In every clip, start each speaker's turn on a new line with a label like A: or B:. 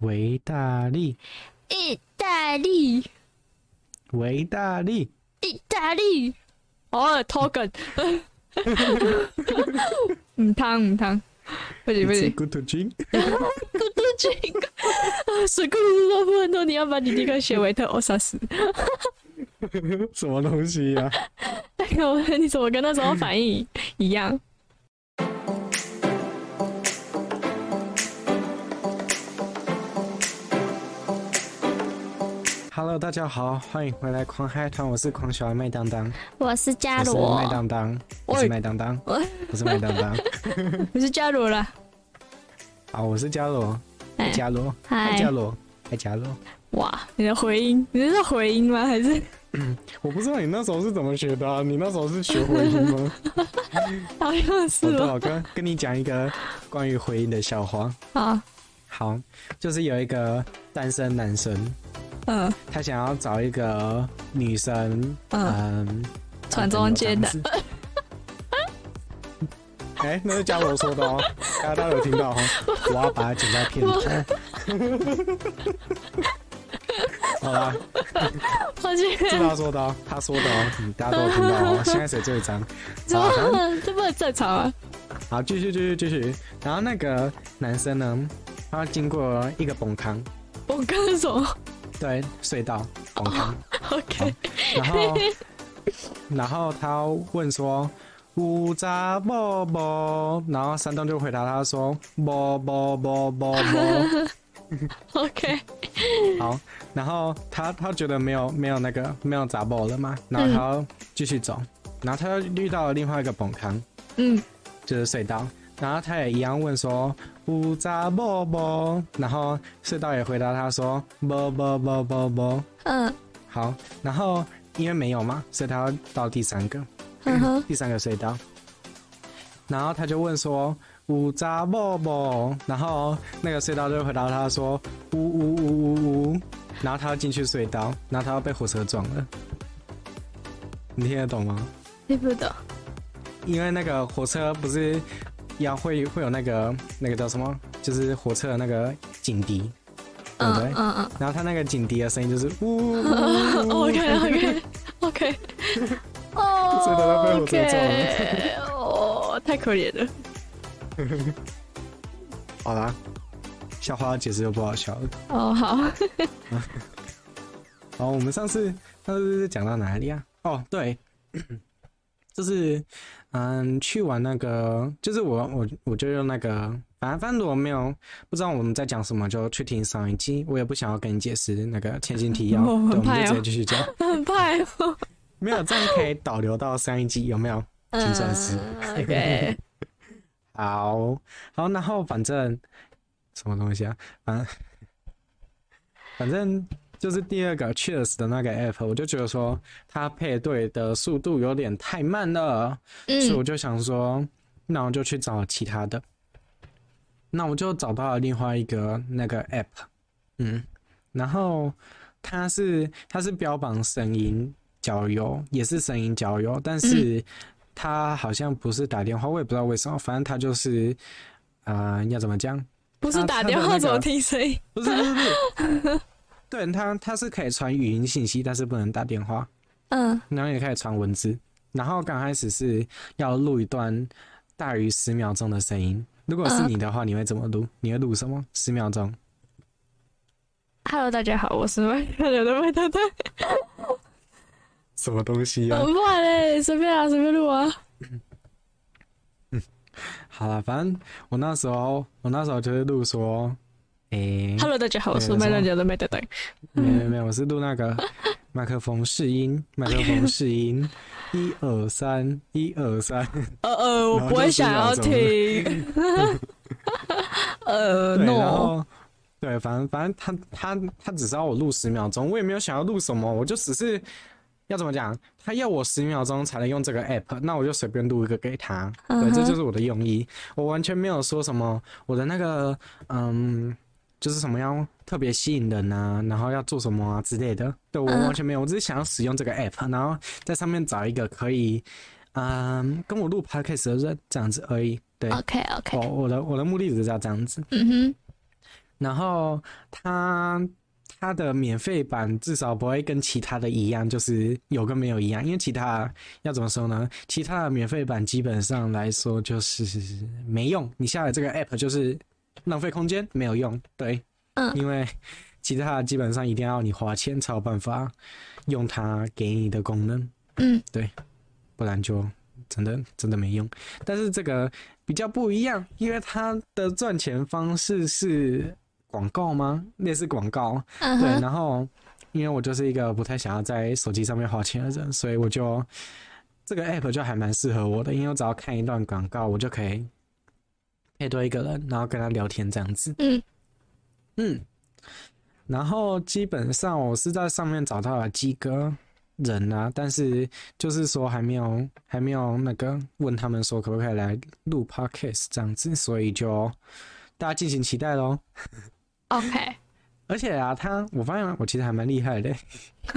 A: 维大利，
B: 意大利，
A: 维大利，
B: 意大利，哦，拖梗，唔汤唔汤，不行不
A: It's a
B: 行，
A: good to drink。
B: 咕嘟这个，啊，水库洛布安东尼要把你立刻学维特欧萨斯。
A: 什么东西啊呀、
B: 那个我哎你怎么跟那时候反应一样？
A: Hello，大家好，欢迎回来狂嗨团，我是狂小麦当当，
B: 我是伽
A: 我是麦当当，我是
B: 喂
A: 麦当当，
B: 我
A: 我是麦当 当。
B: 我是伽罗啦。
A: 啊，我是伽罗，
B: 哎，
A: 伽罗，
B: 嗨
A: 伽罗，哎，伽罗。
B: 哇，你的回音，你这是回音吗？还是
A: 我不知道你那时候是怎么学的、啊，你那时候是学回 音吗？
B: 好像是
A: 我
B: 哦。
A: 我跟跟你讲一个关于回音的笑话。
B: 啊，
A: 好，就是有一个单身男生，
B: 嗯
A: 他想要找一个女生，
B: 嗯，
A: 嗯，
B: 传中间的
A: 当朋友。这样子哎、那是伽罗说的 哦，大家都有听到哦。我要把它剪在片段。 好啦，
B: 我觉
A: 是
B: 得
A: 他说的哦，他说的哦，嗯大家都有听到哦。现在谁最脏？
B: 这
A: 好，
B: 么这么正常啊？
A: 好，继续，继续，继续。然后那个男生呢，他经过一个崩坑，
B: 我刚刚什么
A: 对，隧道崩坑，
B: ？OK，
A: 然后，然后他问说：“乌扎波波。”然后山东就回答他说：“波波波波波。
B: OK，”
A: 好，然后他他觉得没有没有那个没有杂波了嘛，然后他继续走，然后他又遇到了另外一个崩坑，
B: 嗯，
A: 就是隧道。然后他也一样问说“乌扎波波”，然后隧道也回答他说“波波波波波
B: 嗯”。
A: 好，然后因为没有嘛，所以他要到第三个，
B: 嗯哼，
A: 第三个隧道。然后他就问说“乌扎波波”，然后那个隧道就回答他说“呜呜呜呜呜”，然后他要进去隧道，然后他要被火车撞了。你听得懂吗？
B: 听不懂。
A: 因为那个火车不是要会会有那个那个叫什么，就是火车的那个警笛，对
B: 嗯
A: 不对？
B: 嗯嗯
A: 然后他那个警笛的声音就是呜呜呜呜，
B: ，OK OK OK，
A: 所以大家被
B: 哦
A: 我诅咒
B: ，OK，哦，太可怜了。
A: 好啦，笑话解释又不好笑了。
B: 哦，好，
A: 然后我们上次上次是讲到哪里啊？哦，对， 就是嗯，去玩那个，就是我我我就用那个，反正反正如果没有不知道我们在讲什么，就去听上一期，我也不想要跟你解释那个前情提要，对，
B: 我
A: 我
B: 很
A: 们
B: 怕
A: 就直
B: 哦
A: 接继续讲。
B: 很怕哦。
A: 没有，这样可以导流到上一集，有没有？
B: 嗯
A: 请转世
B: OK，
A: 好好，然后反正什么东西啊，反 反正就是第二个 Cheers 的那个 app，我就觉得说它配对的速度有点太慢了，所以我
B: 嗯
A: 就想说，那我就去找其他的。那我就找到了另外一个那个 app，嗯，然后它是它是标榜声音交友，也是声音交友，但是它好像不是打电话，我也不知道为什么，反正它就是，啊，要怎么讲？
B: 不是打电话怎么听声音？
A: 不是不是不是，对它它是可以传语音信息，但是不能打电话。
B: 嗯
A: 然后也开始传文字。然后刚开始是要录一段大于十秒钟的声音。如果是
B: 嗯
A: 你的话，你会怎么录？你会录什么？十秒钟？
B: ，Hello，大家好，我是麦当刘的麦当当。
A: 什么东西啊
B: 很怕嘞，随便啊，随便录啊。
A: 好了，反正我那时候，我那时候就是录说，诶、
B: Hello，大家好，我是
A: 嗯
B: 麦当刘的麦当当。
A: 没有没有没有，我是录那个麦克风试音，麦克风试音，一二三，一二三，
B: 呃呃，我不会想要听。呃
A: 对，然
B: ，no，
A: 后对，反正反正他他他只是要我录十秒钟，我也没有想要录什么，我就只是要怎么讲，他要我十秒钟才能用这个 app，那我就随便录一个给他。对，这
B: 嗯哼
A: 就是我的用意，我完全没有说什么我的那个嗯。就是什么要特别吸引人啊，然后要做什么啊之类的，对我
B: 嗯
A: 完全没有，我只是想要使用这个 app，然后在上面找一个可以，嗯，跟我录 podcast 的人这样子而已。对，
B: ，OK OK，
A: 我我的我的目的只是要这样子。
B: 嗯
A: 然后它它的免费版至少不会跟其他的一样，就是有跟没有一样，因为其他要怎么说呢？其他的免费版基本上来说就是没用，你下载这个 app 就是浪费空间，没有用。对，
B: 嗯
A: 因为其他的基本上一定要你花钱才有办法用它给你的功能。
B: 嗯，
A: 不然就真的真的没用。但是这个比较不一样，因为它的赚钱方式是广告吗？类似广告，
B: 嗯
A: 对。
B: 哼，
A: 然后因为我就是一个不太想要在手机上面花钱的人，所以我就这个 app 就还蛮适合我的，因为我只要看一段广告，我就可以配对一个人，然后跟他聊天这样子。
B: 嗯
A: 嗯，然后基本上我是在上面找到了几个人啊，但是就是说还没有还没有那个问他们说可不可以来录 podcast 这样子，所以就大家敬请期待喽。
B: ，OK，
A: 而且啊，他我发现我其实还蛮厉害的，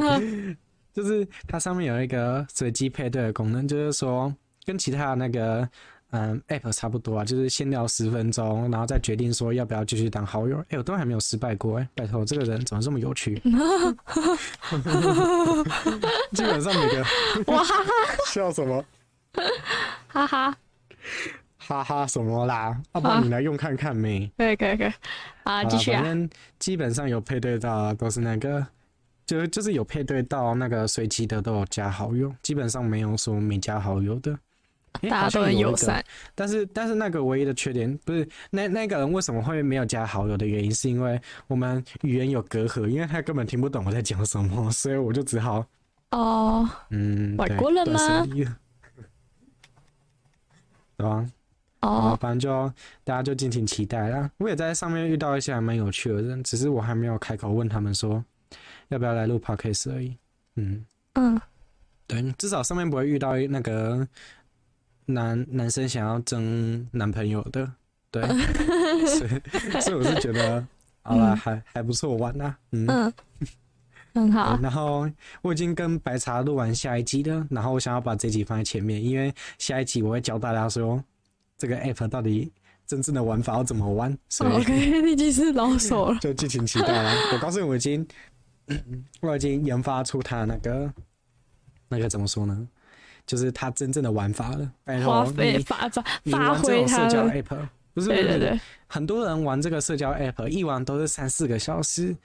A: 就是它上面有一个随机配对的功能，就是说跟其他的那个嗯 app 差不多啊，就是先聊十分钟，然后再决定说要不要继续当好友。哎、我都还没有失败过哎、拜托，这个人怎么这么有趣？基本上每个
B: 哇哈哈
A: 笑什么
B: 哈哈，
A: 哈哈什么啦，要、不然你来用看看没？
B: 可以可以可以，
A: 好
B: 啊，继
A: 啦
B: 续啊
A: 反，正基本上有配对到啊都是那个，就就是有配对到那个随机的都有加好友，基本上没有说没加好友的。诶
B: 大
A: 好
B: 家
A: 像
B: 都很
A: 有一
B: 友
A: 个
B: 善，
A: 但是但是那个唯一的缺点不是那那个人为什么会没有加好友的原因，是因为我们语言有隔阂，因为他根本听不懂我在讲什么，所以我就只好
B: 哦，
A: 嗯，
B: 外
A: 对
B: 国人
A: 断舍
B: 吗
A: 离了 对吧？啊，
B: 哦，
A: 反正就大家就敬请期待啦。我也在上面遇到一些还蛮有趣的人，只是我还没有开口问他们说要不要来录 podcast 而已。嗯，
B: 嗯，
A: 对，至少上面不会遇到那个男男生想要争男朋友的，对， 所以所以我是觉得好啦，
B: 嗯
A: 还还不错玩啦、嗯。
B: 嗯，很好
A: 对，然后我已经跟白茶录完下一集了，然后我想要把这集放在前面，因为下一集我会教大家说这个 app 到底真正的玩法要怎么玩，所以
B: 哦 OK，你已经是老手了，
A: 就敬请期待啦。我告诉你，我已经我已经研发出它那个那个怎么说呢，就是它真正的玩法了。拜
B: 花
A: 托
B: 费
A: 你，
B: 发发
A: 哎你
B: 发
A: 玩这
B: 挥
A: 种社
B: 他
A: 交哎
B: 的，
A: app，不是不是
B: 对
A: 不
B: 对
A: 是
B: 对，
A: 很多人玩这个社交 app，一玩都是三四个小时。
B: 嗯，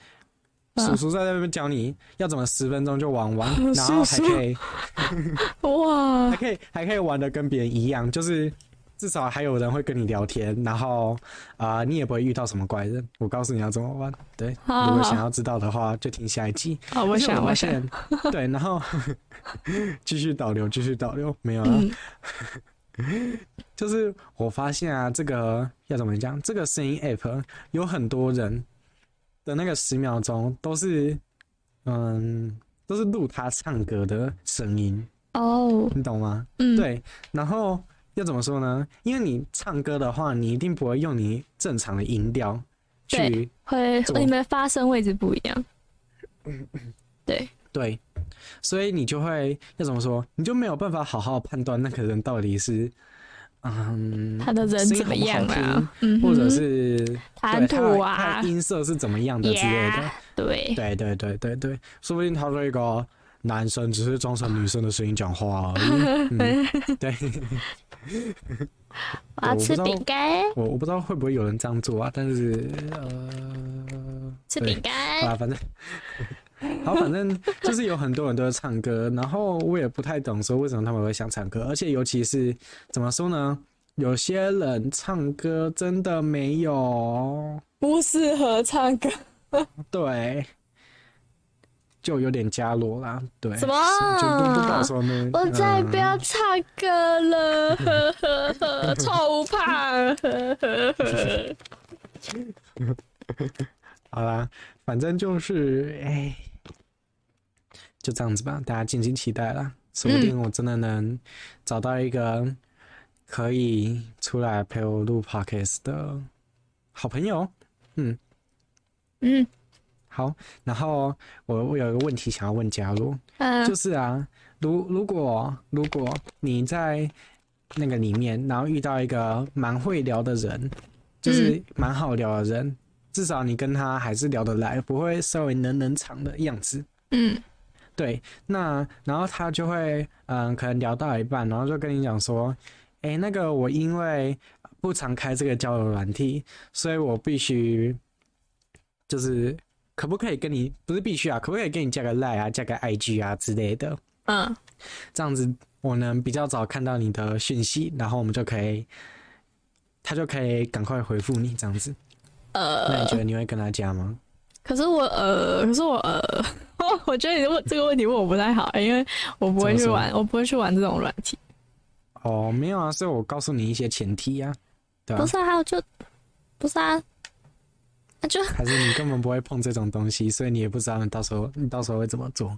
A: 叔叔在那边教你要怎么十分钟就玩完然后还
B: 叔叔
A: 可以
B: 哇
A: 还，可以还可以玩的跟别人一样，就是至少还有人会跟你聊天，然后啊、呃你也不会遇到什么怪人。我告诉你要怎么玩，对，
B: 好
A: 如果
B: 好
A: 想要知道的话，就听下一集。
B: 好，我
A: 而且
B: 想
A: 发
B: 我想，
A: 现， 对，然后继续导流，继续导流，没有了。
B: 嗯，
A: 就是我发现啊，这个要怎么讲？这个声音 app 有很多人的那个十秒钟都是，嗯，都是录他唱歌的声音，
B: 哦，
A: 你懂吗？
B: 嗯，，
A: 对，然后要怎么说呢？因为你唱歌的话，你一定不会用你正常的音调
B: 对
A: 去
B: 会
A: 怎么
B: 你们发声位置不一样，对，
A: 对，所以你就会要怎么说？你就没有办法好好判断那个人到底是，嗯，
B: 他的人
A: 声音
B: 怎么
A: 好不好
B: 样啊
A: 听？
B: 嗯哼，
A: 或者是
B: 谈
A: 对它
B: 吐
A: 的
B: 啊
A: 它的，音色是怎么样的之类的。
B: 对，
A: 对对对对对，说不定他是一个男生，只是装成女生的声音讲话而已。嗯、对，
B: 我要
A: 我不
B: 吃
A: 知道
B: 饼干，
A: 我我不知道会不会有人这样做啊，但是呃，
B: 吃
A: 对
B: 饼干，
A: 啊，反正， 好，反正就是有很多人都在唱歌，然后我也不太懂说为什么他们会想唱歌，而且尤其是怎么说呢？有些人唱歌真的没有，
B: 不适合唱歌，
A: 对，就有点伽罗啦，对，
B: 什么
A: 就不不搞什么，
B: 我再
A: 嗯
B: 不要唱歌了，呵呵呵，臭胖，呵呵呵，
A: 好啦，反正就是哎，就这样子吧，大家敬请期待啦。说不定我真的能找到一个可以出来陪我录 podcast 的好朋友。
B: 嗯
A: 好，然后我我有一个问题想要问佳洛，
B: 嗯
A: 就是啊，如如果如果你在那个里面，然后遇到一个蛮会聊的人，就是蛮好聊的人，至少你跟他还是聊得来，不会稍微冷冷场的样子。
B: 嗯，
A: 对，那然后他就会，嗯，可能聊到一半，然后就跟你讲说，哎、那个我因为不常开这个交友软体，所以我必须，就是可不可以跟你，不是必须啊，可不可以跟你加个 Line 啊，加个 IG 啊之类的，
B: 嗯，
A: 这样子我能比较早看到你的讯息，然后我们就可以，他就可以赶快回复你这样子。那你觉
B: 呃，
A: 得你会跟他加吗？
B: 可是我呃，可是我呃， 我我觉得你问这个问题问我不太好、因为我不会去
A: 怎么说
B: 玩，我不会去玩这种软体。
A: 哦，没有啊，所以我告诉你一些前提啊，对吧、
B: 不是啊，还有就不是啊，那就
A: 还是你根本不会碰这种东西，所以你也不知道你到时候你到时候会怎么做。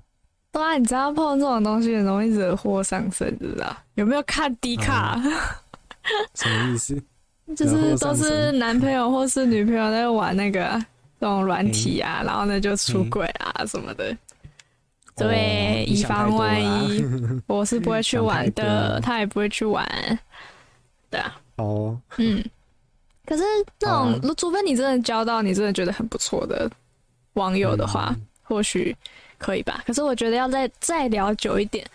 B: 对啊，你知道碰这种东西很容易惹祸上身，知道？有没有看低卡？
A: 啊什么意思？
B: 就是
A: 惹祸
B: 都
A: 啊上身
B: 是男朋友或是女朋友在玩那个这种软体啊，然后呢就出轨啊什么的。对
A: 嗯哦，你
B: 以
A: 想太
B: 防
A: 多
B: 万
A: 啦
B: 一，我是不会去玩
A: 想太多
B: 的，他也不会去玩。对啊，
A: 哦，
B: 嗯。可是那
A: 好
B: 种
A: 啊，
B: 如除非你真的交到你真的觉得很不错的网友的话，
A: 嗯
B: 或许可以吧。可是我觉得要再再聊久一点，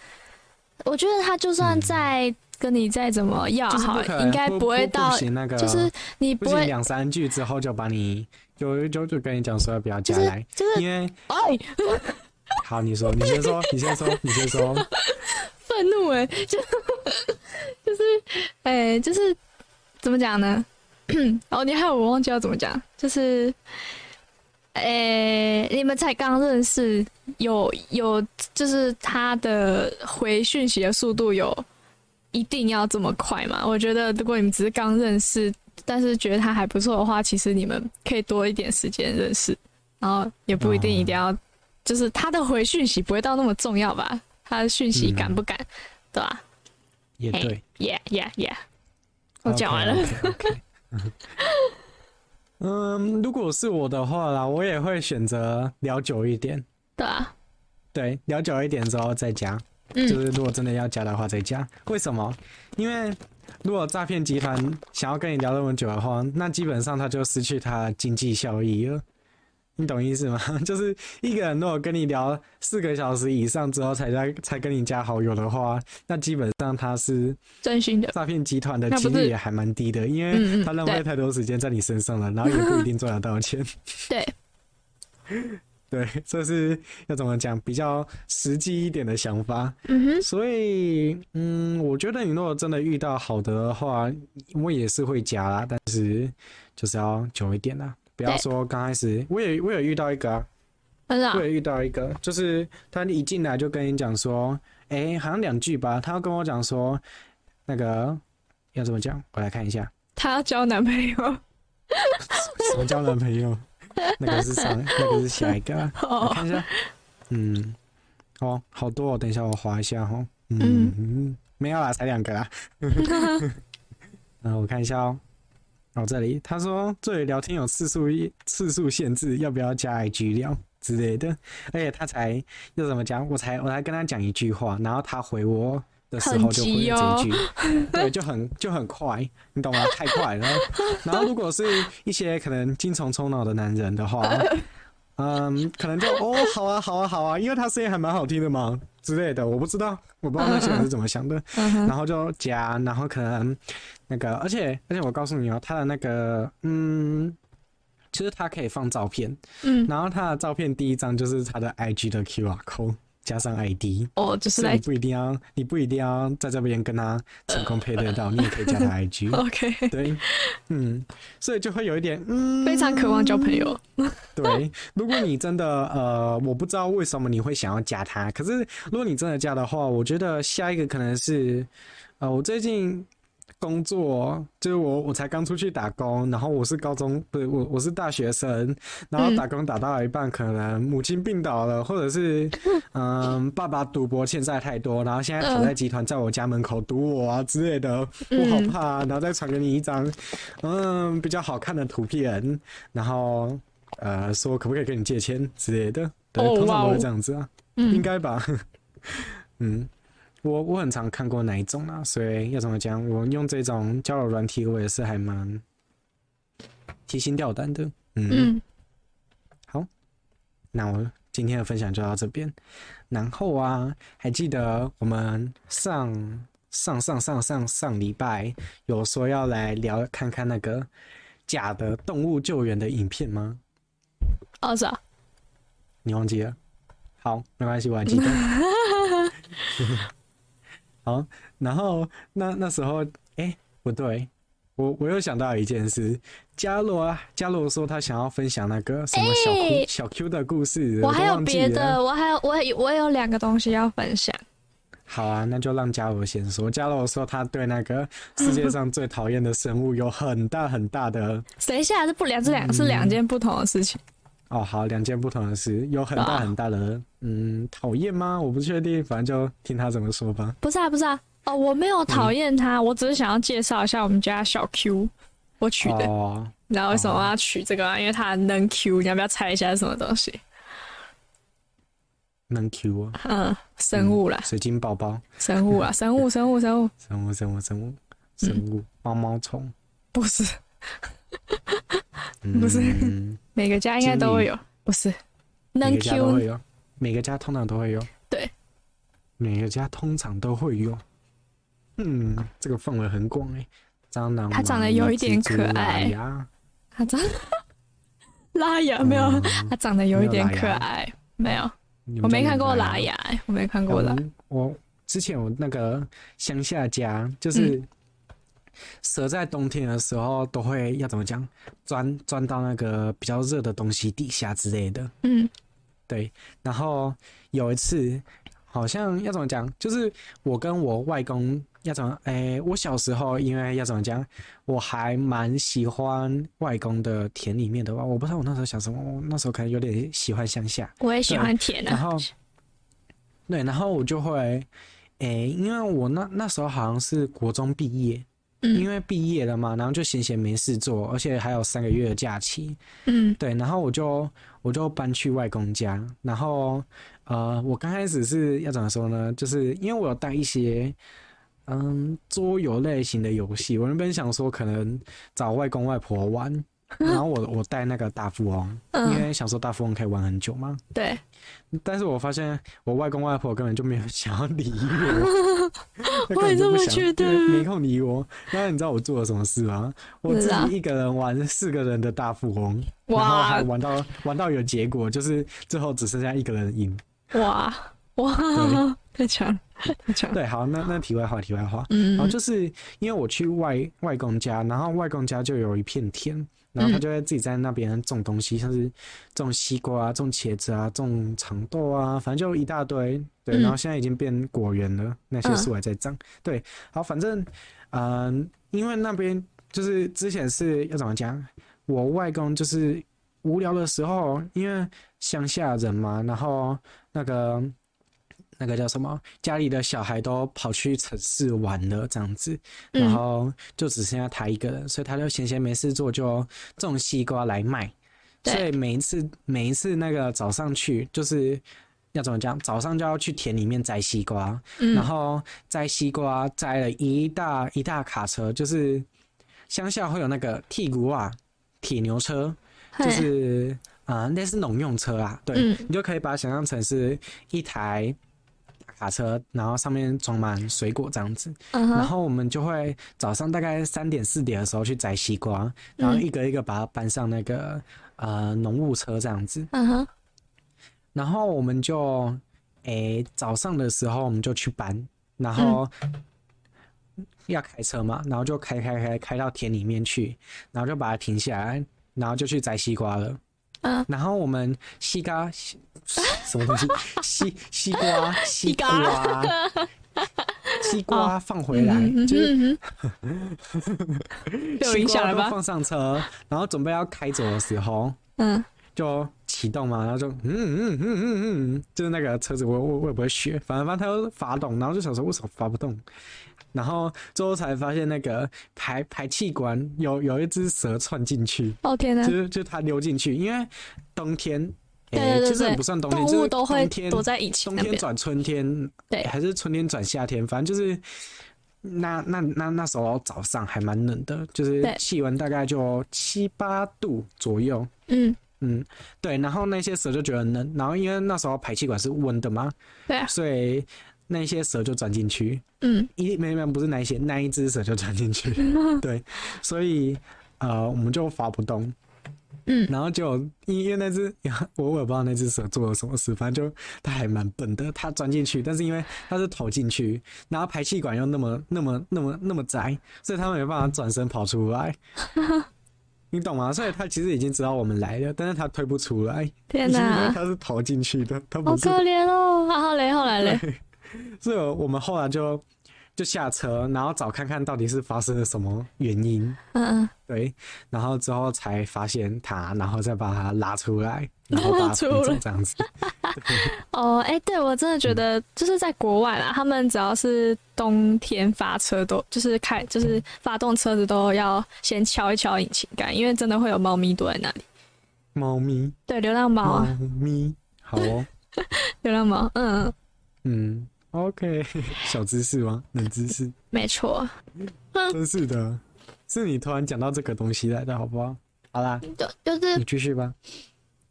B: 我觉得他就算
A: 嗯
B: 再跟你再怎么要
A: 就是
B: 好，
A: 不可能
B: 应该
A: 不
B: 会
A: 不
B: 到
A: 不，行那个，
B: 就是你
A: 不
B: 不
A: 行
B: 会
A: 两三句之后就把你就就就跟你讲说不要加来，
B: 就是
A: 因为
B: 哎
A: 好，你说，你先说，你先说，你先说，
B: 愤怒哎，就 就是哎、就是怎么讲呢？ 哦，你害我忘记要怎么讲，就是哎、你们才刚认识，有有就是他的回讯息的速度有一定要这么快吗？我觉得如果你们只是刚认识，但是觉得他还不错的话，其实你们可以多一点时间认识，然后也不一定
A: 哦
B: 一定要，就是他的回讯息不会到那么重要吧？他的讯息赶不赶，
A: 嗯
B: 对吧
A: 也
B: 嘿
A: 对，
B: ？Yeah yeah yeah，我讲完了。
A: OK，OK，OK。嗯，如果是我的话啦，我也会选择聊久一点，
B: 对啊，
A: 对，聊久一点之后再加。就
B: 嗯，
A: 是如果真的要加的话再加。为什么？因为如果诈骗集团想要跟你聊那么久的话，那基本上他就失去他的经济效益了。你懂意思吗？ 就是一个人如果跟你聊四个小时以上之后才加才跟你加好友的话，那基本上他是
B: 真心的，
A: 诈骗集团的
B: 那不
A: 几
B: 是
A: 率也还蛮低的，因
B: 嗯
A: 为
B: 嗯
A: 他浪费
B: 对
A: 太多时间在你身上了，然后也不一定赚得到钱。
B: 对，
A: 对，这是要怎么讲比较实际一点的想法。
B: 嗯哼，
A: 所以，嗯，我觉得你如果真的遇到好的话，我也是会加啦，但是就是要久一点啦，不要
B: 对
A: 说刚开始。我也我有遇到一个、啊，
B: 很好
A: 我，有遇到一个，就是他一进来就跟你讲说，哎、好像两句吧，他要跟我讲说，那个要怎么讲？我来看一下，
B: 她要交男朋 友，
A: 什么交男朋友？那个是上，那个是下一个啊，我
B: 哦，
A: 看一下，嗯，哦，好多、哦，等一下我划一下哦，
B: 嗯
A: 嗯，没有啦，才两个 啦。嗯，我看一下哦。哦，这里他说这里聊天有次数一次数限制，要不要加 IG 聊之类的？而且他才要怎么讲？我才我才跟他讲一句话，然后他回我的时候
B: 很
A: 就回
B: 急
A: 了
B: 哦
A: 这一句， 对，就很就很快，你懂吗？太快了。然后如果是一些可能精虫充脑的男人的 话，嗯，可能就哦好啊好啊好啊，因为他声音还蛮好听的嘛之类的，我不知道，我不知道那些人是怎么想的。
B: 嗯哼，
A: 然后就加，然后可能那个，而且而且我告诉你哦，他的那个，嗯，其实它可以放照片，
B: 嗯，
A: 然后他的照片第一张就是他的 IG 的 QR code 加上 ID，
B: 哦，就是
A: 所以你
B: 来
A: 不一定要，你不一定要在这边跟他成功配对 到，你也可以加他 IG。
B: ，OK，
A: 对，嗯，所以就会有一点，嗯，
B: 非常渴望交朋友，
A: 对，如果你真的呃，我不知道为什么你会想要加他，可是如果你真的加的话，我觉得下一个可能是，呃，我最近工作就是我我才刚出去打工，然后我是高中不是我我是大学生，然后
B: 嗯
A: 打工打到一半，可能母亲病倒了，或者 是嗯、爸爸赌博欠债太多，然后现在讨债集团在我家门口堵我啊之类的，我好
B: 嗯
A: 怕啊、然后再传给你一张嗯比较好看的图片，然后。呃，说可不可以跟你借钱之类的，对，
B: 哦
A: 通常都
B: 哇
A: 会
B: 哦
A: 这样子啊，应
B: 嗯，
A: 该吧？ 嗯，我我很常看过哪一种啊，所以要怎么讲，我用这种交友软体，我也是还蛮提心吊胆的。嗯，
B: 嗯，
A: 那我今天的分享就到这边。然后啊，还记得我们上上上上上上礼拜有说要来聊看看那个假的动物救援的影片吗？
B: 哦是啊，
A: 你忘记了？好，没关系，我还 记得。 好，然后那那时候，哎、不对，我我又想到一件事，伽罗啊，伽罗说他想要分享那个什么小 Q、
B: 诶
A: 小 Q 的故事，
B: 我
A: 都
B: 还有
A: 忘记
B: 别
A: 了
B: 的，我还有我有我有两个东西要分享。
A: 好啊，那就让伽罗先说。伽罗说他对那个世界上最讨厌的生物有很大很大的
B: 等一下，这不两这两是两件不同的事情。
A: 哦，好，两件不同的事，有很大
B: 啊
A: 很大的嗯讨厌吗？我不确定，反正就听他怎么说 吧。
B: 不是啊，不是啊，哦，我没有讨厌它，
A: 嗯
B: 我只是想要介绍一下我们家小 Q，我取的。
A: 哦，
B: 你知道为什么我要取这个吗？啊因为它很能 Q，你要不要猜一下是什么东西？
A: 能 Q 啊，
B: 嗯，生物啦，
A: 水晶宝宝，
B: 生物啦，啊生物，生物，生物，
A: 生物，生物，生物， 生物，毛毛虫，
B: 不是
A: 嗯
B: 不是每个家应该都会有，不是能
A: 每个家都
B: Q
A: 会有，每个家通常都会有，
B: 对，
A: 每个家通常都会有。嗯，这个范围很广哎、蟑螂，
B: 它长得
A: 蚂蚁
B: 有一点
A: 蜘蛛
B: 可
A: 蚂
B: 爱
A: 蚁啊
B: 它长 拉牙啊没有，
A: 嗯
B: 它长得有一点
A: 没有拉
B: 可
A: 牙
B: 爱，没有，
A: 你
B: 我
A: 们家
B: 没看过
A: 有
B: 拉牙，我没看
A: 嗯
B: 过
A: 我
B: 拉，
A: 们我之前我那个乡下家，就是
B: 嗯
A: 蛇在冬天的时候都会要怎么讲，钻钻到那个比较热的东西底下之类的。
B: 嗯
A: 对，然后有一次好像要怎么讲，就是我跟我外公要怎么，哎、我小时候因为要怎么讲，我还蛮喜欢外公的田里面的吧，我不知道我那时候想什么，我那时候可能有点喜欢乡下。
B: 我也喜欢甜啊
A: 然
B: 的，
A: 后，对，然后我就会，诶、因为我那那时候好像是国中毕业，因
B: 嗯
A: 为毕业了嘛，然后就闲闲没事做，而且还有三个月的假期，
B: 嗯
A: 对，然后我就我就搬去外公家，然后呃，我刚开始是要怎么说呢？就是因为我有带一些。嗯，桌游类型的游戏，我原本想说可能找外公外婆玩， 然后我我带那个大富翁，因
B: 嗯，
A: 为想说大富翁可以玩很久嘛，
B: 对，
A: 但是我发现我外公外婆根本就没有 想要理我， 他根
B: 我也
A: 本就
B: 这
A: 不
B: 么
A: 想
B: 觉得
A: 对没空理我。那你知道我做了什么事吗？我
B: 不知
A: 自
B: 道
A: 己一个人玩四个人的大富翁，然后还
B: 哇
A: 玩到玩到有结果，就是最后只剩下一个人赢。
B: 哇哇，太强了，太强了，
A: 对，好，那那题外话，题外话，
B: 嗯
A: 然后就是因为我去外外公家，然后外公家就有一片田，然后他
B: 嗯
A: 就会自己在那边种东西，像是种西瓜啊、种茄子啊、种长豆啊，反正就一大堆。对，
B: 嗯
A: 然后现在已经变果园了，那些
B: 嗯
A: 树还在长。对，好，反正嗯、因为那边就是之前是要怎么讲，我外公就是无聊的时候，因为乡下人嘛，然后那个那个叫什么，家里的小孩都跑去城市玩了这样子，然
B: 嗯
A: 后就只剩下他一个人，所以他就闲闲没事做，就种西瓜来卖。
B: 对
A: 所以每一次每一次那个早上去，就是要怎么讲，早上就要去田里面摘西瓜，然
B: 嗯
A: 后摘西瓜摘了一大一大卡车，就是乡下会有那个剔骨瓦铁牛车，就
B: 嘿
A: 是啊、呃类似农用车啊，对，
B: 嗯
A: 你就可以把它想象成是一台大卡车，然后上面装满水果这样子。
B: 嗯
A: 然
B: 哼
A: 后我们就会早上大概三点四点的时候去摘西瓜，然后
B: 嗯
A: 一个一个把它搬上那个呃农务车这样子。
B: 嗯哼
A: 然后我们就诶、早上的时候我们就去搬，然后。
B: 嗯
A: 要开车嘛，然后就开开开开到田里面去，然后就把它停下来，然后就去摘西瓜了。
B: 嗯
A: 然后我们西瓜西什么东 西？西西瓜西
B: 西
A: 瓜
B: 瓜
A: 西瓜放回来，
B: 嗯
A: 就是
B: 嗯 嗯，被我
A: 西
B: 影
A: 瓜
B: 响了
A: 都
B: 吧？
A: 放上车，然后准备要开走的时候
B: 嗯，
A: 就启动嘛，然后就嗯嗯嗯嗯嗯，就是那个车子我我我也不会学，反正反正它都发动，然后就想说为什么发不动，然后最后才发现那个排排气管有有一只蛇窜进去。
B: 哦天哪
A: 就，是就是它溜进去，因为冬天，诶
B: 对对对
A: 其实也
B: 对
A: 不算冬天，
B: 动
A: 就
B: 物
A: 是
B: 都会
A: 冬天
B: 躲在蚁群
A: 冬
B: 那
A: 天
B: 边。
A: 转春天，
B: 对
A: 还是春天转夏天，反正就是那那那那时候早上还蛮冷的，就是
B: 对
A: 气温大概就七八度左右。
B: 嗯，
A: 嗯，对，然后那些蛇就觉得很冷，然后因为那时候排气管是温的嘛，
B: 对啊，
A: 所以那些蛇就钻进去，
B: 嗯，
A: 一没没不是那一些，那一只蛇就钻进去， 对，所以呃我们就滑不动，
B: 嗯
A: 然后就因为那只 我我也不知道那只蛇做了什么事，反正就它还蛮笨的，它钻进去，但是因为它是头进去，然后排气管又那么那么那么那么窄，所以它没办法转身跑出 来。你懂吗？所以它其实已经知道我们来了，但是它推不出来，
B: 天
A: 因为
B: 哪，
A: 它是头进去的，它
B: 好
A: 不是
B: 可怜哦。然后嘞，后来嘞，
A: 所以我们后来就就下车，然后找看看到底是发生了什么原因，
B: 嗯
A: 对，然后之后才发现它，然后再把它拉出来，然后把它推
B: 出
A: 走
B: 来
A: 这样子。
B: 嗯，哦，哎、对我真的觉
A: 嗯
B: 得就是在国外啦，他们只要是冬天发车都就是开就是发动车子都要先敲一敲引擎盖，因为真的会有猫咪躲在那里。
A: 猫咪，
B: 对，流浪猫
A: 猫
B: 啊，
A: 咪，好哦，
B: 流浪猫，嗯，
A: 嗯，OK，小 知识吗？冷知识，
B: 没错。嗯
A: 真是的，是你突然讲到这个东西来的，好不好？好啦，
B: 就就是
A: 你继续吧。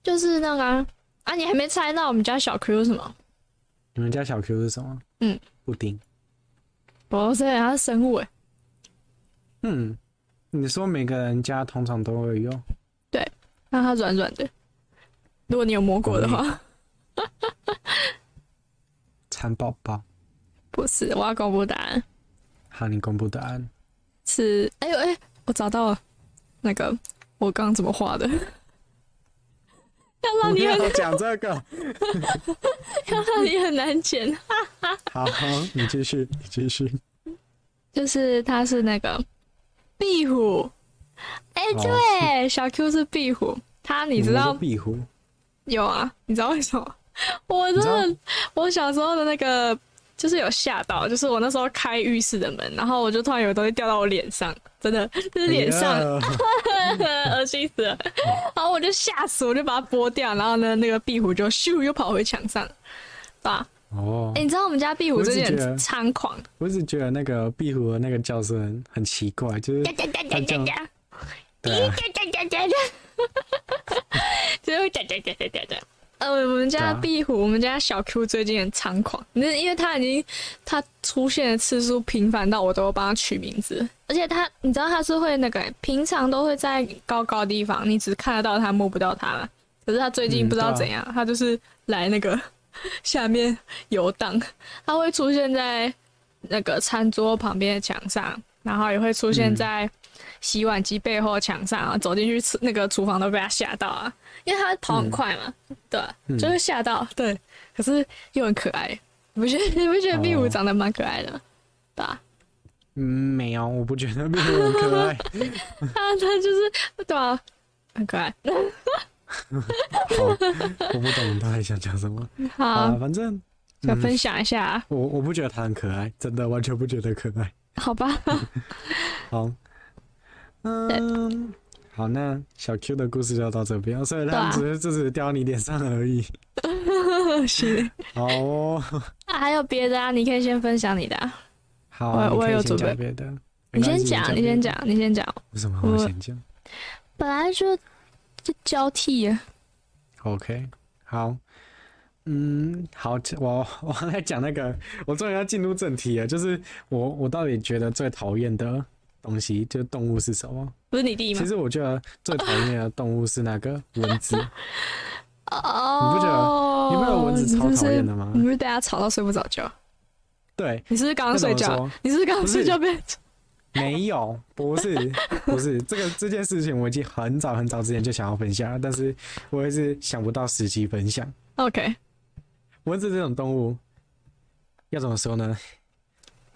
B: 就是那个啊，啊你还没猜到我们家小 Q 是什么？
A: 你们家小 Q 是什么？
B: 嗯，
A: 布丁。
B: 不是，哦它是生物哎。
A: 嗯，你说每个人家通常都会有，
B: 那它软软的，如果你有摸过的话，
A: 蚕宝宝。
B: 不是，我要公布答案
A: 好，你公布答案。
B: 是，哎呦哎，我找到了，那个我刚刚怎么画的？ 要让
A: 不
B: 你很
A: 要讲这个。
B: 要让你很难剪，
A: 好，你继续，你继续。
B: 就是它是那个壁虎，哎、
A: 哦
B: 对，小 Q 是壁虎，它你知
A: 们
B: 道
A: 说壁虎？
B: 有啊，你知道为什么？ 我真
A: 你
B: 的，我小时候的那个就是有吓到，就是我那时候开浴室的门，然后我就突然有东西掉到我脸上，真的就是脸
A: 哎
B: 上， 恶心死了。然后我就吓死，我就把它剥掉，然后呢，那个壁虎就咻又跑回墙上，吧？
A: 哦
B: 哎、，你知道我们家壁虎
A: 我只
B: 真的
A: 觉得
B: 很猖狂，
A: 我只觉得那个壁虎的那个叫声很奇怪，就是
B: 哒哒哒哒
A: 它
B: 哒
A: 叫
B: 哒，
A: 对啊
B: 哒哒哒哒哒，就会哒哒哒哒哒哒。呃，我们
A: 对
B: 家
A: 啊
B: 壁虎，我们家小 Q 最近很猖狂，那因为它已经它出现的次数频繁到我都帮它取名字，而且它，你知道它是会那个、平常都会在高高地方，你只看得到它，摸不到它嘛。可是它最近
A: 嗯
B: 不知道
A: 对啊
B: 怎样，它、就是来那个 下面游荡， 它会出现在那个餐桌旁边的墙上，然后也会出现
A: 嗯
B: 在洗碗机背后的墙上啊，走进去吃那个厨房都被它吓到啊，因为它跑很快嘛，对吧，
A: 嗯
B: 就会吓到， 对，可是又很可爱，你不觉得你不觉得壁虎
A: 哦
B: 长得蛮可爱的吗？对啊吧？
A: 嗯，没有，我不觉得壁虎很可 爱。
B: 它它就是对啊，很可爱。
A: 好，我不懂你到底想讲什么。啊，
B: 好，
A: 反正嗯
B: 想分享一下，啊
A: 我我不觉得它很可爱，真的完全不觉得可爱。
B: 好吧？
A: 好，嗯，好，那小 Q 的故事就到这边，哦所以
B: 对
A: 它
B: 啊
A: 只是这只是掉到你脸上而 已。
B: 行，
A: 好哦。
B: 那还有别的啊？你可以先分享你的啊，
A: 好，
B: 我
A: 你
B: 我
A: 可以
B: 有
A: 先
B: 准
A: 讲
B: 备
A: 别的。没
B: 你
A: 关
B: 先
A: 系
B: 讲，你
A: 别
B: 先
A: 的
B: 讲，你先讲。
A: 为什么我
B: 我
A: 先讲
B: 本来就就交替啊，
A: ？OK，好，嗯，好，我 我刚才讲那个，我终于要进入正题了，就是我我到底觉得最讨厌的东西，就是动物是什么？
B: 不是你弟吗
A: 其？实我觉得最讨厌的动物是那个蚊 子，
B: 哦，
A: 你不觉
B: 得
A: 你不觉得蚊子超讨厌的吗
B: 哦你是不是大家吵到睡不着觉？
A: 对，
B: 你是不是刚刚
A: 那怎
B: 睡
A: 么
B: 觉
A: 说？
B: 你是不是刚刚
A: 不是
B: 睡觉被？
A: 没有，不是，不是这个这件事情，我已经很早很早之前就想要分享了，但是我一直想不到时机分享。
B: OK，
A: 蚊子这种动物，要怎么说呢？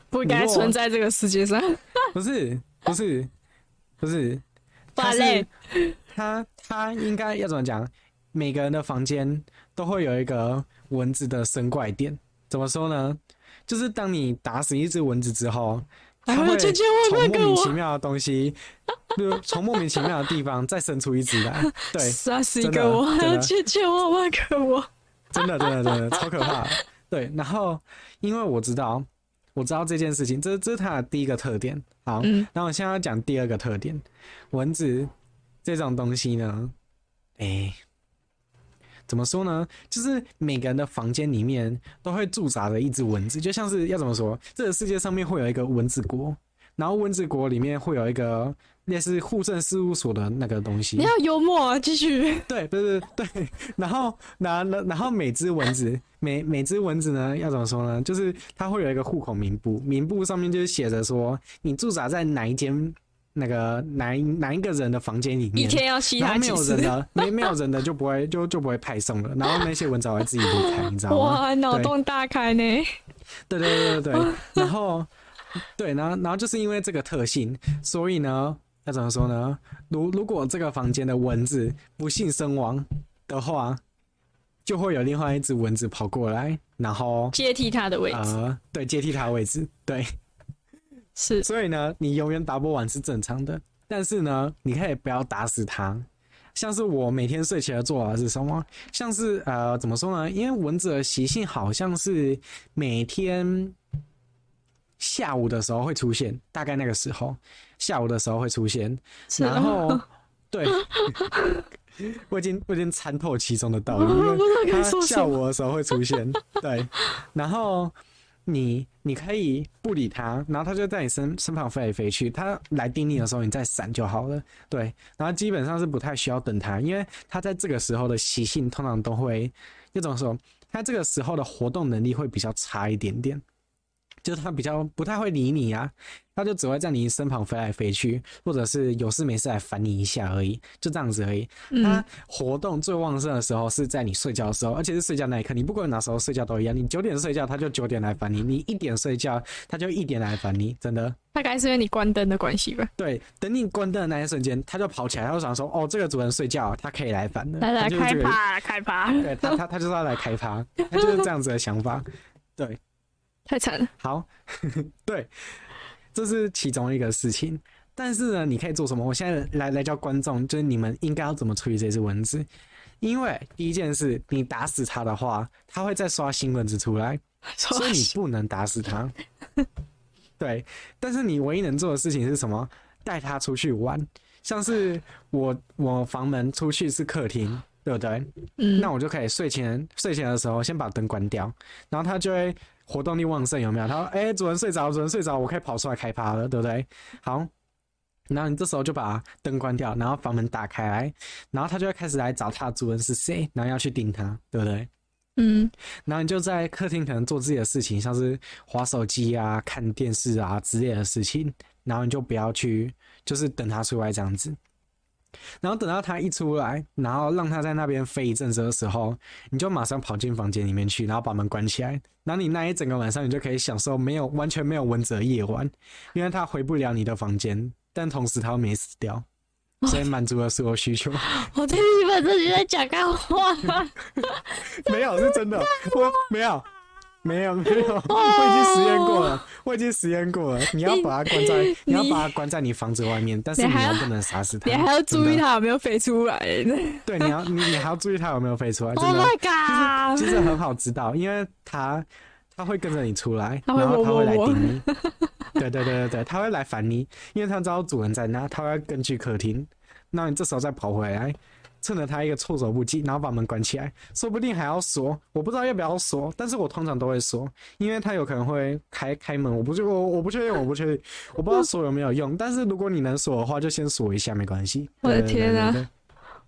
B: 不该
A: 你说我
B: 存在这个世界上。
A: 不是，不是，不是，
B: 哇
A: 它
B: 嘞
A: 是它它应该要怎么讲？每个人的房间都会有一个蚊子的生怪点。怎么说呢？就是当你打死一只蚊子之后，它
B: 哎呦
A: 会
B: 千千
A: 从莫
B: 万不要跟
A: 名其
B: 我
A: 妙的东西，比如从莫名其妙的地方再生出一只来。对，
B: 杀死一
A: 真
B: 个
A: 的
B: 我
A: 真，的
B: 千千万万个我。
A: 真的真的真的超可怕的。对，然后因为我知道我知道这件事情，这这是它的第一个特点。好，
B: 嗯
A: 那我现在要讲第二个特点，蚊子这种东西呢，哎、怎么说呢？就是每个人的房间里面都会驻扎着一只蚊子，就像是要怎么说，这个世界上面会有一个蚊子国，然后蚊子国里面会有一个类似户政事务所的那个东西
B: 你。要幽默啊，继续。
A: 对，不是对， 然后，然然然后每只蚊子，每每只蚊子呢，要怎么说呢？就是它会有一个户口名簿，名簿上面就是写着说你驻扎在哪一间那个哪一哪一个人的房间里
B: 一
A: 面，
B: 天要吸
A: 然嗯
B: 他
A: 后没
B: 几
A: 有人
B: 次？
A: 的，没没有人的就不会就就不会派送了，然后那些蚊子还会自己离开，你知道吗？
B: 哇，脑
A: 啊对
B: 洞大开呢！
A: 对对对对
B: 啊
A: 对， 然后对，然后然后就是因为这个特性，所以呢，要怎么说呢？如如果这个房间的蚊子不幸身亡的话，就会有另外一只蚊子跑过来，然后
B: 接替他的位置、
A: 呃，对，接替它的位置，对，
B: 是
A: 所以呢，你永远打不完是正常的，但是呢，你可以不要打死它。像是我每天睡前的做法是什么？像是呃，怎么说呢？因为蚊子的习性好像是每天下午的时候会出现，大概那个时候，下午的时候会出现。
B: 是，哦
A: 然后，对， 我已经我已经参透其中的道
B: 我
A: 理了。
B: 不知道
A: 它
B: 该说
A: 下
B: 什么。
A: 午的时候会出现， 对，然后你你可以不理它，然后它就在你身身旁飞来飞去，它来叮你的时候你再闪就好了，对，然后基本上是不太需要等它，因为它在这个时候的习性通常都会那种说，它这个时候的活动能力会比较差一点点。就是它比较不太会理你啊，它就只会在你身旁飞来飞去，或者是有事没事来烦你一下而已，就这样子而已。它
B: 嗯，
A: 活动最旺盛的时候是在你睡觉的时候，而且是睡觉那一刻。你不管哪时候睡觉都一样，你九点睡觉，它就九点来烦你；你一点睡觉，它就一点来烦你。真的，
B: 大概是因为你关灯的关系吧。
A: 对，等你关灯的那一瞬间，它就跑起来，它就想说：“哦，这个主人睡觉，它可以来烦了。”
B: 来来，
A: 它就是
B: 开
A: 这个
B: 趴，开趴，
A: 对它，它它就是要来开趴，它就是这样子的想法。
B: 太惨了。
A: 好， 对，这是其中一个事情。但是呢，你可以做什么？我现在来来教观众，就是你们应该要怎么处理这只蚊子。因为第一件事，你打死它的话，它会再刷新蚊子出来，所以你不能打死它。对，但是你唯一能做的事情是什么？带它出去玩，像是我我房门出去是客厅，对不对？
B: 嗯，
A: 那我就可以睡前睡前的时候先把灯关掉，然后它就会活动力旺盛，有没有？它说：“哎、主人睡着，主人睡着，我可以跑出来开趴了，对不对？”好，然后你这时候就把灯关掉，然后房门打开来，然后它就会开始来找它的主人是谁，然后要去盯它，对不对？
B: 嗯，
A: 然后你就在客厅可能做自己的事情，像是划手机啊、看电视啊之类的事情，然后你就不要去，就是等它出来这样子。然后等到它一出来，然后让它在那边飞一阵子的时候，你就马上跑进房间里面去，然后把门关起来。然后你那一整个晚上，你就可以享受没有完全没有蚊子的夜晚，因为它回不了你的房间，但同时它又没死掉，所以满足了所有需求。
B: 我对日本自己在讲干 话，
A: 没有，是真的，我没有，没有，没
B: 哦
A: 有，我已经实验过了，我已经实验过了。你要把它关在，你要把它关在你房子外面，但是
B: 你
A: 你
B: 还
A: 又
B: 要
A: 不能杀死它，
B: 你还要注意
A: 真的。
B: 它有没有飞出来。
A: 对，你要你你还要注意它有没有飞出来，真
B: Oh
A: 的。
B: my
A: 其
B: god！
A: 实很好知道，因为它它会跟着你出来，
B: 它会
A: 然后它会来
B: 喔喔喔
A: 叮 你。对对对对对，它会来烦你，因为它知道主人在那，它会跟去客厅。那你这时候再跑回来，趁着它一个措手不及，然后把门关起来，说不定还要锁。我不知道要不要锁，但是我通常都会锁，因为它有可能会开开门。我不确 我我不确定，我不确定，我不知道锁有没有用。但是如果你能锁的话，就先锁一下，没关系。
B: 我的
A: 对对对
B: 天啊
A: 对对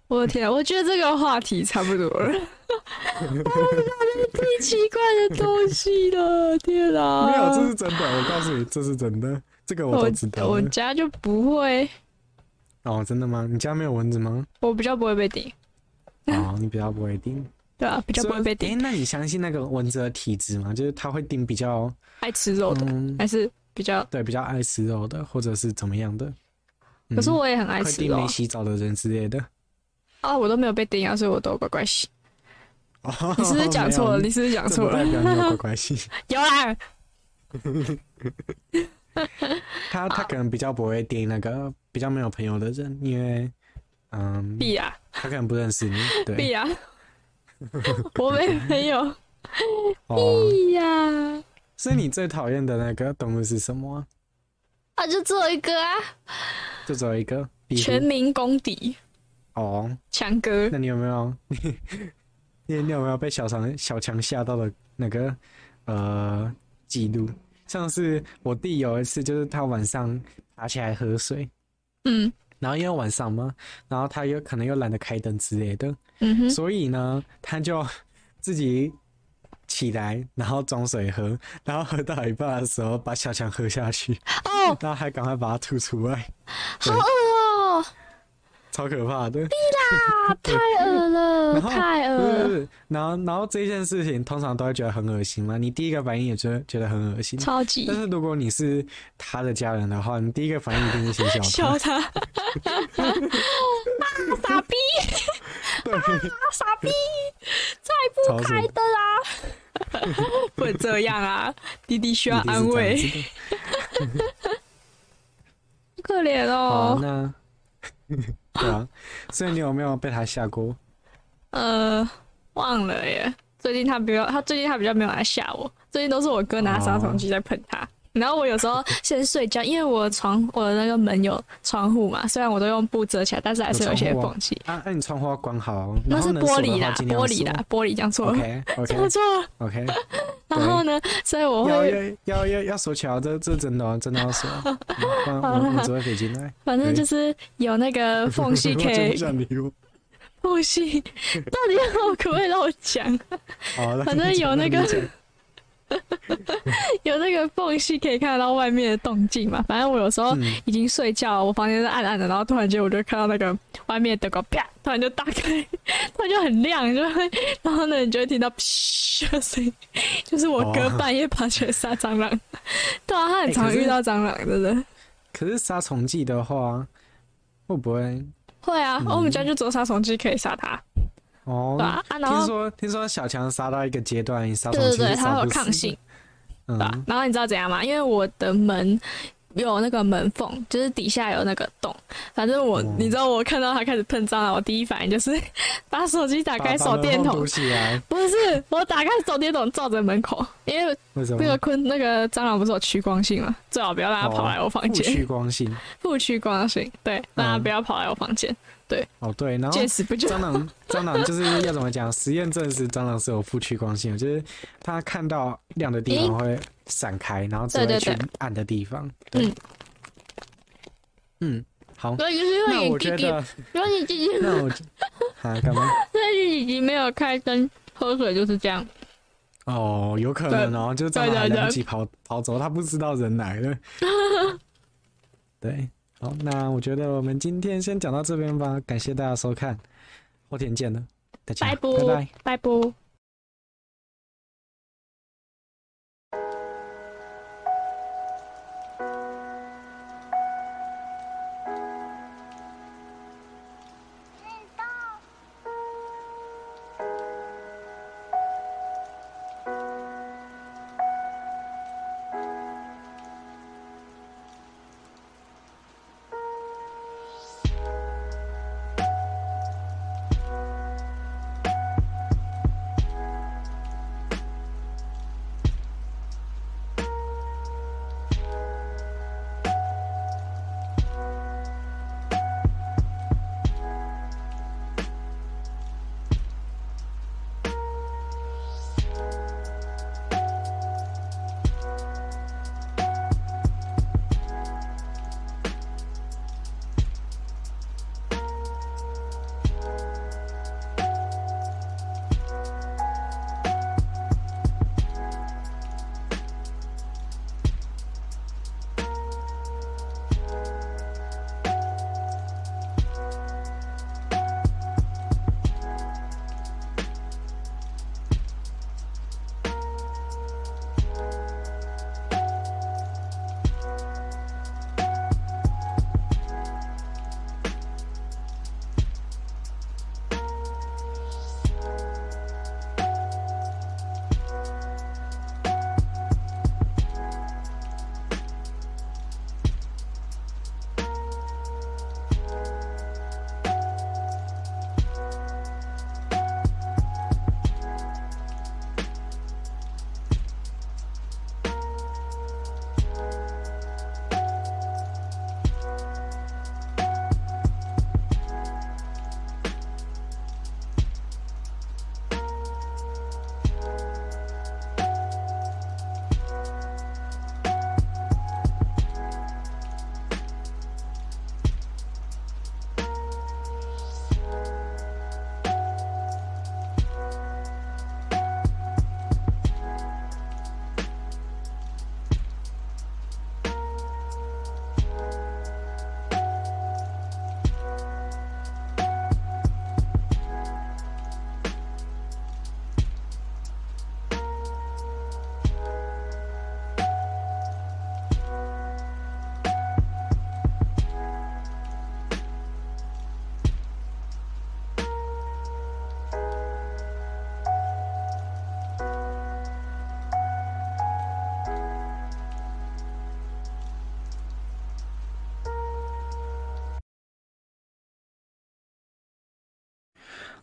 B: 我的天啊，我觉得这个话题差不多了。 啊太奇怪的东西了，天啊！
A: 没有，这是真的，我告诉你，这是真的，这个我都知道
B: 我
A: 的。
B: 家就不会，
A: 哦，真的吗？你家没有蚊子吗？
B: 我比较不会被叮，
A: 哦，你比较不会叮，
B: 对啊，嗯比较不会被
A: 哎、
B: 叮，
A: 那你相信那个蚊子的体质吗？就是它会叮比较，
B: 爱吃肉的，
A: 嗯，
B: 还是比较。
A: 对，比较爱吃肉的，或者是怎么样的？嗯
B: 可是我也很爱
A: 会
B: 吃
A: 叮
B: 肉
A: 没
B: 啊
A: 洗澡的人之类的。
B: 啊，我都没有被叮啊，所以我都乖乖洗。
A: 哦
B: 你是不是讲错了？
A: 没有
B: 你是不是讲
A: 这
B: 错
A: 不代
B: 了？
A: 表你有乖乖系，
B: 有啦，
A: 他他可能比较不会叮那个比较没有朋友的人，因为嗯，
B: 必啊，
A: 他可能不认识你，
B: 必
A: 对，
B: 啊，我没朋友，
A: 哦，
B: 必呀。
A: 所以你最讨厌的那个动物是什么啊、
B: 啊，就只有一个啊，
A: 就只有一个壁虎
B: 全民公敌
A: 哦。
B: 强 哥。
A: 那你有没有你你你有没有被小强小强吓到的那个呃记录？上次我弟有一次，就是他晚上爬起来喝水，
B: 嗯
A: 然后因为晚上嘛，然后他又可能又懒得开灯之类的，
B: 嗯哼，
A: 所以呢，他就自己起来，然后装水喝，然后喝到一半的时候把小强喝下去，
B: 哦，
A: 然后还赶快把它吐出来，
B: 好恶哦，
A: 超可怕的。
B: 啊，太恶了，
A: 然后
B: 太恶
A: 不是不
B: 了，
A: 是，然后然后这件事情通常都会觉得很恶心嘛，你第一个反应也觉得觉得很恶心。
B: 超级
A: 但是如果你是他的家人的话，你第一个反应一定是 先笑
B: 笑他， 啊，傻逼，
A: 他。对，
B: 啊，傻逼，再不开灯啊，不能这样啊，弟弟需要
A: 一定是
B: 安
A: 这样
B: 慰，
A: 子的。
B: 好可怜
A: 好，啊
B: 哦，
A: 那 对啊，所以你有没有被他吓过？
B: 呃，忘了耶，最近他比较，他最近他比较没有来吓我，最近都是我哥拿杀虫剂
A: 哦
B: 在喷他。然后我有时候先睡觉，因为我床我的那个门有窗户嘛，虽然我都用布遮起来，但是还是有一些
A: 有窗户啊
B: 缝隙。
A: 啊，那、你窗户要关好，哦
B: 那
A: 啊然
B: 是
A: 后能锁
B: 玻
A: 的
B: 璃
A: 话
B: 啦，
A: 尽量
B: 玻璃
A: 锁
B: 啦，玻璃讲错了，
A: OK
B: 讲
A: OK
B: 错了。
A: OK，
B: 然后呢，所以我
A: 要
B: 会
A: 要要要要锁起来，这这真的哦真的要锁， 嗯不然
B: 好啦
A: 我我只会飞进来。
B: 反正就是有那个缝隙可
A: 我真的不
B: 以
A: 想理我。
B: 缝隙，到底要可不可以让我讲？
A: 好了，
B: 反正有那个
A: 你 讲
B: 有那个缝隙可以看得到外面的动静嘛。反正我有时候
A: 嗯
B: 已经睡觉了，我房间是暗暗的，然后突然间我就看到那个 外面的灯光啪，突然就打开， 突然就很亮，就会，然后呢你就会听 到噗的声音，就是我哥
A: 哦
B: 半夜爬起来杀蟑螂。对啊，他很
A: 哎
B: 常
A: 可是
B: 遇到蟑螂，真的。
A: 可是杀虫剂的话，会不会？
B: 会啊，
A: 嗯
B: 我们家就只有杀虫剂可以杀它，
A: 哦
B: 对，啊，啊然
A: 听
B: 后
A: 说听说小强杀到一个阶段，杀
B: 对
A: 虫剂
B: 对对，
A: 是
B: 它
A: 杀
B: 会有
A: 不死
B: 抗
A: 的
B: 性，对啊
A: 嗯，
B: 然后你知道怎样吗？因为我的门有那个门缝，就是底下有那个洞。反正我，
A: 哦
B: 你知道我看到它开始喷蟑螂，我第一反应就是把手机打
A: 打
B: 开手电筒，
A: 起来，
B: 不是我打开手电筒照着门口，因为
A: 为什么？
B: 那个昆那个蟑螂不是有趋光性吗？最好不要让它跑来我房
A: 不
B: 间，
A: 趋光性。
B: 哦不趋光性，对，让它
A: 嗯
B: 不要跑来我房间，
A: 哦，对，然后
B: 见死不救。
A: 蟑螂，蟑螂就是要怎么讲？实验证实，蟑螂是有负趋光性的，就是它看到亮的地方会闪开，然后只
B: 对
A: 会
B: 对
A: 去
B: 对
A: 暗的地方。对
B: 嗯，
A: 嗯，好。
B: 所以就是因
A: 那
B: 为
A: 我
B: 你弟
A: 觉
B: 弟，
A: 得，
B: 因为你弟弟，
A: 那我 觉啊，干嘛？
B: 因为你弟弟没有开灯喝水就是这样。
A: 哦，有可能哦，就是蟑螂还
B: 对对对
A: 来不及跑跑走，他不知道人来了。对，好，那我觉得我们今天先讲到这边吧，感谢大家收看，后天见了，大家
B: 拜拜
A: 拜拜。
B: 拜拜。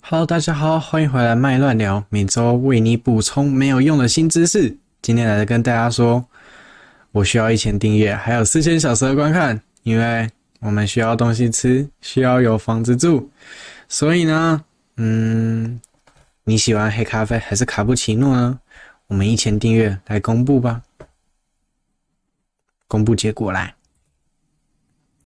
A: Hello，大家好，欢迎回来麦乱聊，每周为你补充没有用的新知识。今天来跟大家说，我需要一千订阅，还有四千小时的观看，因为我们需要东西吃，需要有房子住，所以呢，嗯，你喜欢黑咖啡还是卡布奇诺呢？我们一千订阅来公布吧，公布结果来。